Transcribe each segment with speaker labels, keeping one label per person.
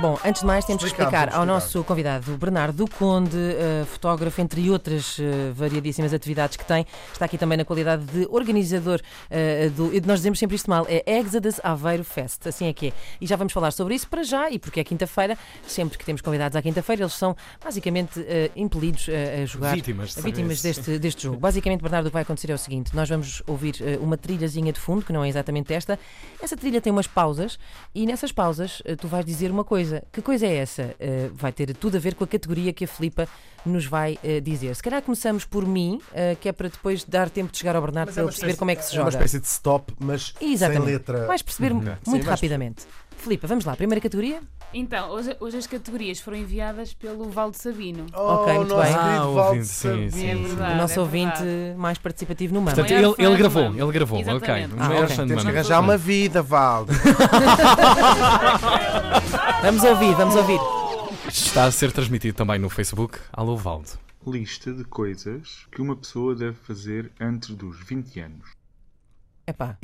Speaker 1: Bom, antes de mais, temos que
Speaker 2: Explicado,
Speaker 1: explicar
Speaker 2: vamos
Speaker 1: ao
Speaker 2: explicar.
Speaker 1: nosso convidado, Bernardo Conde, eh, fotógrafo, entre outras eh, variadíssimas atividades que tem. Está aqui também na qualidade de organizador eh, do. e Nós dizemos sempre isto mal, é Exodus Aveiro Fest, assim é que é. E já vamos falar sobre isso para já e porque é quinta-feira. Sempre que temos convidados à quinta-feira, eles são basicamente eh, impelidos eh, a jogar.
Speaker 3: Vítimas,
Speaker 1: Vítimas
Speaker 3: deste.
Speaker 1: deste, deste jogo. Basicamente, Bernardo, o que vai acontecer é o seguinte: nós vamos ouvir eh, uma trilhazinha de fundo, que não é exatamente esta. Essa trilha tem umas pausas e nessas pausas eh, tu vais dizer uma coisa. Que coisa é essa? Eh, vai ter tudo a ver com a categoria que a Filipa nos vai eh, dizer. Se calhar começamos por mim, eh, que é para depois dar tempo de chegar ao Bernardo
Speaker 2: Mas
Speaker 1: para
Speaker 2: é
Speaker 1: ele
Speaker 2: uma
Speaker 1: perceber
Speaker 2: espécie-
Speaker 1: como é que se
Speaker 2: É uma
Speaker 1: joga.
Speaker 2: espécie de stop, mas
Speaker 1: Exatamente.
Speaker 2: sem letra.
Speaker 1: Vais perceber
Speaker 3: Uhum.
Speaker 1: muito
Speaker 3: Sim,
Speaker 2: vais-
Speaker 1: rapidamente. Filipa, vamos lá. Primeira categoria?
Speaker 4: Então, hoje, hoje as categorias foram enviadas pelo Valdo Sabino.
Speaker 2: Oh,
Speaker 1: Ok,
Speaker 2: o
Speaker 1: muito
Speaker 2: nosso
Speaker 1: bem.
Speaker 2: querido
Speaker 3: Ah,
Speaker 2: Valdo
Speaker 3: ouvinte, sim,
Speaker 2: Sabino.
Speaker 3: sim,
Speaker 4: É
Speaker 3: sim.
Speaker 2: Ah,
Speaker 4: verdade.
Speaker 1: o nosso
Speaker 4: é
Speaker 1: ouvinte
Speaker 4: verdade.
Speaker 1: mais participativo no Mama.
Speaker 3: Portanto,
Speaker 4: Maior
Speaker 3: ele,
Speaker 4: fã
Speaker 3: ele
Speaker 4: de
Speaker 3: gravou,
Speaker 4: Mam.
Speaker 3: ele gravou,
Speaker 4: Exatamente.
Speaker 3: ok. é
Speaker 4: Ah,
Speaker 3: Maior
Speaker 1: ok.
Speaker 3: fã de
Speaker 2: Temos que
Speaker 3: Mam.
Speaker 2: arranjar uma vida, Valdo.
Speaker 1: Vamos ouvir, vamos ouvir.
Speaker 3: Está a ser transmitido também no Facebook. Alô, Valdo.
Speaker 5: Lista de coisas que uma pessoa deve fazer antes dos 20 anos.
Speaker 1: Epá,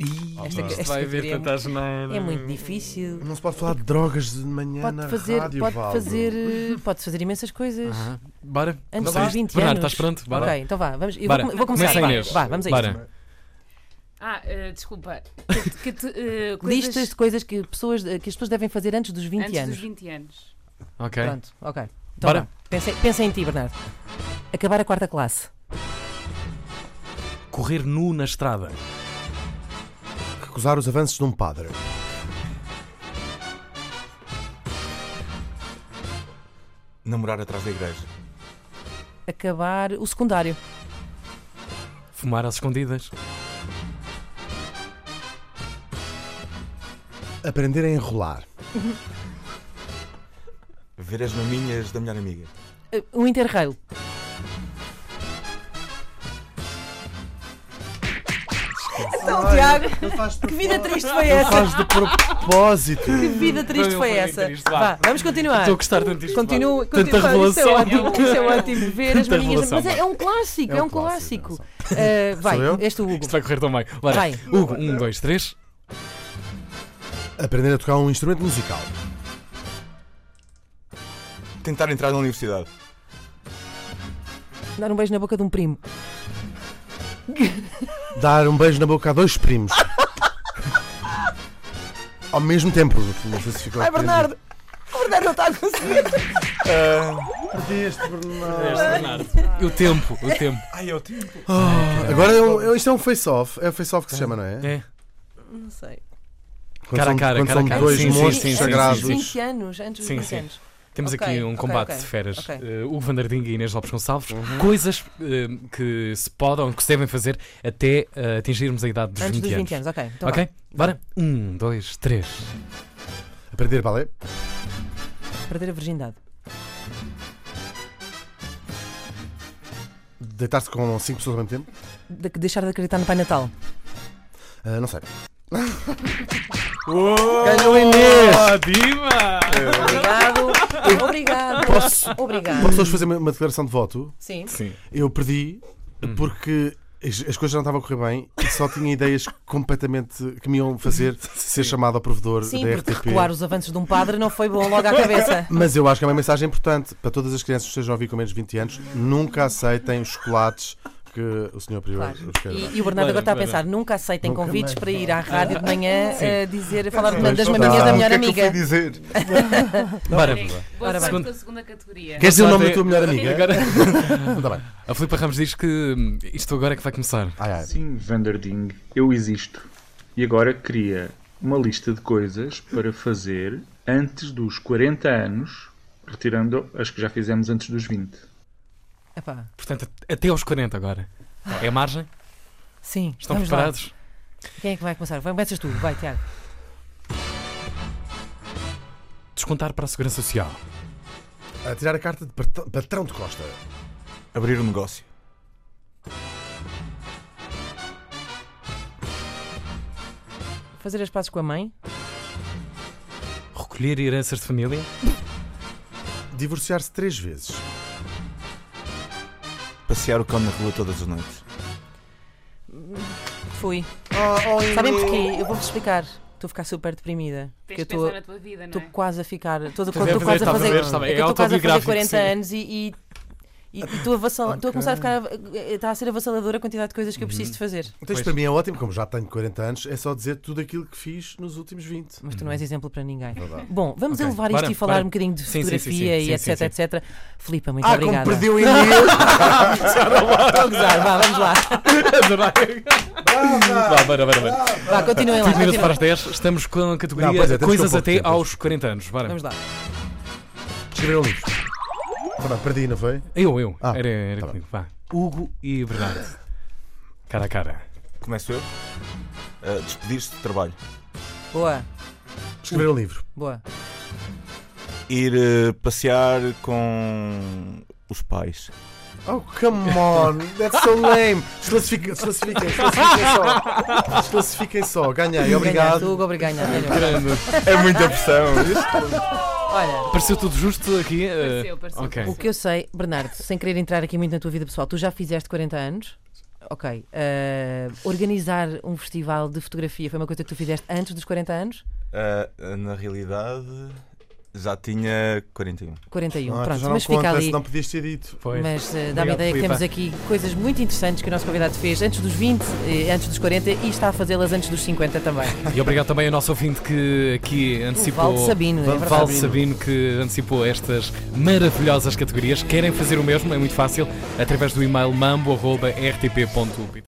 Speaker 3: Esta,
Speaker 1: esta
Speaker 3: vai haver
Speaker 1: categoria é
Speaker 3: tanta asneira.
Speaker 1: é muito difícil.
Speaker 2: Não se pode falar de drogas de manhã Hum, na
Speaker 1: Pode fazer,
Speaker 2: rádio,
Speaker 1: pode,
Speaker 2: Valdo.
Speaker 1: fazer, eh, pode fazer imensas coisas
Speaker 3: Uhum. Aham. Bora.
Speaker 1: antes
Speaker 3: Bora.
Speaker 1: dos 20
Speaker 3: Bernardo,
Speaker 1: anos.
Speaker 3: estás pronto? Bora.
Speaker 1: Ok, então vá, vamos, eu
Speaker 3: Bora.
Speaker 1: vou, vou começar.
Speaker 3: Começa a
Speaker 1: vá,
Speaker 3: Inês.
Speaker 1: vá, vamos a
Speaker 3: Bora.
Speaker 1: isso.
Speaker 4: Ah, eh, desculpa. Que- que te- eh, coisas
Speaker 1: Listas de coisas que, pessoas, que as pessoas devem fazer antes dos 20
Speaker 4: antes
Speaker 1: anos.
Speaker 4: dos 20 anos.
Speaker 3: Ok.
Speaker 1: Pronto, ok. Então
Speaker 3: Bora.
Speaker 1: vá, Pensa, pensa em ti, Bernardo. Acabar a quarta classe.
Speaker 3: Correr nu na estrada.
Speaker 2: Recusar os avanços de um padre.
Speaker 6: Namorar atrás da igreja.
Speaker 1: Acabar o secundário.
Speaker 3: Fumar às escondidas.
Speaker 2: Aprender a enrolar.
Speaker 6: Ver as maminhas da melhor amiga.
Speaker 1: eh, Um interrail. Então, Tiago, que vida triste foi
Speaker 2: Ele
Speaker 1: essa?
Speaker 2: faz de propósito.
Speaker 1: Que vida triste
Speaker 3: Foi,
Speaker 1: foi
Speaker 3: foi
Speaker 1: essa?
Speaker 3: triste, vá.
Speaker 1: Vá, vamos continuar.
Speaker 3: Estou a gostar tanto disto.
Speaker 1: Continua,
Speaker 3: Tanta
Speaker 1: continua.
Speaker 3: revelação.
Speaker 1: Isso é ótimo, isso é ótimo. Ver as
Speaker 3: Tanta
Speaker 1: maninhas.
Speaker 3: revelação,
Speaker 1: Mas é, é um clássico, é, um clássico. Eh, vai,
Speaker 2: Sou eu?
Speaker 1: este é o Hugo.
Speaker 3: Isto vai correr tão bem. Bora.
Speaker 1: Vai.
Speaker 3: Hugo, um, dois, três.
Speaker 2: Aprender a tocar um instrumento musical.
Speaker 6: Tentar entrar na universidade.
Speaker 1: Dar um beijo na boca de um primo.
Speaker 2: Dar um beijo na boca a dois primos. Ao mesmo tempo. Não sei se ficou
Speaker 1: Ai, Bernardo! O Bernardo não tá está a conseguir.
Speaker 2: Perdeste, Bernardo.
Speaker 3: E o tempo, o tempo.
Speaker 6: Ai, é o tempo.
Speaker 2: Agora é um, é- isto é um face-off. É o face-off que se chama, não é?
Speaker 3: É.
Speaker 1: Não sei.
Speaker 2: Quando
Speaker 3: Cara a
Speaker 2: são-
Speaker 3: cara,
Speaker 2: quando
Speaker 3: cara a
Speaker 2: são
Speaker 3: cara.
Speaker 2: dois
Speaker 3: Sim, sim,
Speaker 2: monstros
Speaker 3: sim, sim, sim.
Speaker 2: sagrados.
Speaker 1: Antes dos 20 anos, antes dos
Speaker 3: Sim,
Speaker 1: 20
Speaker 3: sim.
Speaker 1: anos.
Speaker 3: Temos
Speaker 1: Ok,
Speaker 3: aqui um
Speaker 1: ok,
Speaker 3: combate
Speaker 1: ok.
Speaker 3: de feras.
Speaker 1: Ok.
Speaker 3: Eh, Hugo Vandardinga e Inês Lopes Gonçalves.
Speaker 2: Uhum.
Speaker 3: Coisas eh, que se podem, que se devem fazer até eh, atingirmos a idade dos
Speaker 1: Antes
Speaker 3: 20
Speaker 1: dos 20
Speaker 3: anos.
Speaker 1: anos, ok. Então
Speaker 3: ok? Bora? Um, dois, três.
Speaker 2: Aprender balé.
Speaker 1: vá. Perder a virgindade.
Speaker 2: Deitar-se com cinco pessoas ao mesmo tempo.
Speaker 1: De- deixar de acreditar no Pai Natal.
Speaker 2: Ah, não sei. Ganhou Inês!
Speaker 1: Obrigado. Obrigado. Obrigado.
Speaker 2: Posso hoje fazer uma- uma declaração de voto?
Speaker 1: Sim.
Speaker 3: Sim.
Speaker 2: Eu perdi
Speaker 3: Uhum.
Speaker 2: porque as, as coisas não estavam a correr bem e só tinha ideias completamente que me iam fazer ser chamado ao provedor
Speaker 1: Sim,
Speaker 2: da
Speaker 1: porque
Speaker 2: RTP.
Speaker 1: recuar os avanços de um padre não foi bom logo à cabeça.
Speaker 2: Mas eu acho que é uma mensagem importante para todas as crianças que estejam a ouvir com menos de 20 anos: nunca aceitem os chocolates que o senhor Prior
Speaker 1: Claro.
Speaker 2: os quer dar.
Speaker 1: E, e o Bernardo agora está a
Speaker 3: Bora,
Speaker 1: pensar, nunca aceitem
Speaker 2: Nunca
Speaker 1: convites para ir à rádio de
Speaker 6: Ah,
Speaker 1: manhã a dizer, falar de-
Speaker 2: Mas
Speaker 1: das
Speaker 2: está.
Speaker 1: maminhas da
Speaker 2: O
Speaker 1: melhor
Speaker 6: O que é que eu fui
Speaker 1: amiga.
Speaker 6: dizer?
Speaker 3: Bora.
Speaker 4: Boa
Speaker 1: Ora
Speaker 4: sorte
Speaker 3: bem.
Speaker 4: com a segunda categoria.
Speaker 2: Queres dizer o nome
Speaker 3: Sorte
Speaker 2: da tua melhor amiga?
Speaker 3: Agora,
Speaker 2: Está bem.
Speaker 3: a Filipa Ramos diz que hum, isto agora é que vai começar.
Speaker 2: Ai, ai.
Speaker 5: Sim, Vanderding, eu existo. E agora cria uma lista de coisas para fazer antes dos 40 anos, retirando as que já fizemos antes dos 20.
Speaker 1: Epá,
Speaker 3: Portanto, até aos 40 agora. É a margem?
Speaker 1: Sim,
Speaker 3: Estão
Speaker 1: vamos lá.
Speaker 3: preparados?
Speaker 1: Quem é que vai começar? Vai, começas tu, vai, Tiago.
Speaker 3: Descontar para a Segurança Social.
Speaker 2: A tirar a carta de patr- patrão de Costa.
Speaker 6: Abrir um negócio.
Speaker 1: Fazer as pazes com a mãe,
Speaker 3: Recolher heranças de família.
Speaker 2: Divorciar-se três vezes.
Speaker 6: Passear o cão na rua todas as noites.
Speaker 4: Oh,
Speaker 1: fui. Sabem porquê? Eu vou-vos explicar. Estou a ficar super deprimida.
Speaker 4: Tens
Speaker 1: Porque eu
Speaker 4: que
Speaker 1: estou
Speaker 4: pensar na tua vida, não
Speaker 1: estou
Speaker 4: é?
Speaker 1: quase a ficar. Estou
Speaker 3: Estás a
Speaker 1: estou quase
Speaker 3: fazer-
Speaker 1: a
Speaker 3: estás a
Speaker 1: fazer.
Speaker 3: ver, está bem,
Speaker 1: é que
Speaker 3: é
Speaker 1: eu estou quase a fazer
Speaker 3: autobiográfico,
Speaker 1: 40
Speaker 3: sim.
Speaker 1: anos e. e e- e estou a, vassala- estou a começar a ficar. eh, Está a ser avassaladora a quantidade de coisas
Speaker 3: Uhum.
Speaker 1: que eu preciso de fazer.
Speaker 2: Então, isto para mim é ótimo, como já tenho 40 anos, é só dizer tudo aquilo que fiz nos últimos 20.
Speaker 1: Mas tu não és exemplo para ninguém.
Speaker 2: Verdade.
Speaker 1: Bom, vamos
Speaker 3: Ok,
Speaker 1: elevar isto
Speaker 3: bora,
Speaker 1: e falar
Speaker 3: bora.
Speaker 1: um bocadinho de
Speaker 3: Sim, sim, sim,
Speaker 1: fotografia
Speaker 3: sim,
Speaker 1: e
Speaker 3: sim, sim,
Speaker 1: etc, etc. Filipa, muito
Speaker 2: Ah, como
Speaker 1: obrigada.
Speaker 2: perdeu em mim!
Speaker 1: Estou a gozar, vá, vamos lá.
Speaker 3: Adorei. Vá, bora, bora, bora.
Speaker 1: Vá, continuem lá.
Speaker 3: 5 minutos
Speaker 1: continuem.
Speaker 3: para as 10, estamos com a categoria
Speaker 2: Não, pois é, temos
Speaker 3: Coisas
Speaker 2: com pouco
Speaker 3: até
Speaker 2: tempo.
Speaker 3: aos 40 anos. Bora.
Speaker 1: Vamos lá.
Speaker 2: Escrever um livro. Tá bem, perdi, não foi?
Speaker 3: Eu, eu.
Speaker 2: Ah,
Speaker 3: era era
Speaker 2: tá
Speaker 3: comigo. Vá. Hugo e Bernardo. Cara a cara.
Speaker 6: Começo eu. Uh, Despedir-se de trabalho.
Speaker 1: Boa,
Speaker 2: Escrever um livro.
Speaker 1: boa.
Speaker 6: Ir eh, passear com os pais.
Speaker 2: Oh, come on, that's so lame. Desclassifiquem, desclassifiquem, desclassifiquem só. Desclassifiquem só, ganhei,
Speaker 1: Ganhaste,
Speaker 2: obrigado.
Speaker 1: Hugo, obrigado. ganhou.
Speaker 3: Grande.
Speaker 6: É muita pressão.
Speaker 1: Olha,
Speaker 3: Pareceu tudo justo aqui. eh,
Speaker 4: Pareceu, pareceu,
Speaker 3: ok.
Speaker 4: pareceu.
Speaker 1: o que eu sei, Bernardo, sem querer entrar aqui muito na tua vida pessoal, tu já fizeste 40 anos? Ok. eh, organizar um festival de fotografia foi uma coisa que tu fizeste antes dos 40 anos?
Speaker 6: Uh, na realidade, já tinha 41.
Speaker 1: 41,
Speaker 2: Ah, tu
Speaker 1: pronto,
Speaker 2: já não
Speaker 1: mas fica
Speaker 2: conta,
Speaker 1: ali.
Speaker 2: Não podias ter dito.
Speaker 3: Foi.
Speaker 1: Mas eh, dá-me a
Speaker 3: Obrigado,
Speaker 1: ideia que
Speaker 3: Filipa.
Speaker 1: temos aqui coisas muito interessantes que o nosso convidado fez antes dos 20, eh, antes dos 40 e está a fazê-las antes dos 50 também.
Speaker 3: E obrigado também ao nosso ouvinte que aqui
Speaker 1: O
Speaker 3: antecipou.
Speaker 1: Valde Sabino, é
Speaker 2: Val-
Speaker 1: verdade.
Speaker 3: Val Sabino que antecipou estas maravilhosas categorias. Querem fazer o mesmo? É muito fácil. Através do e-mail mambo.rtp.pt.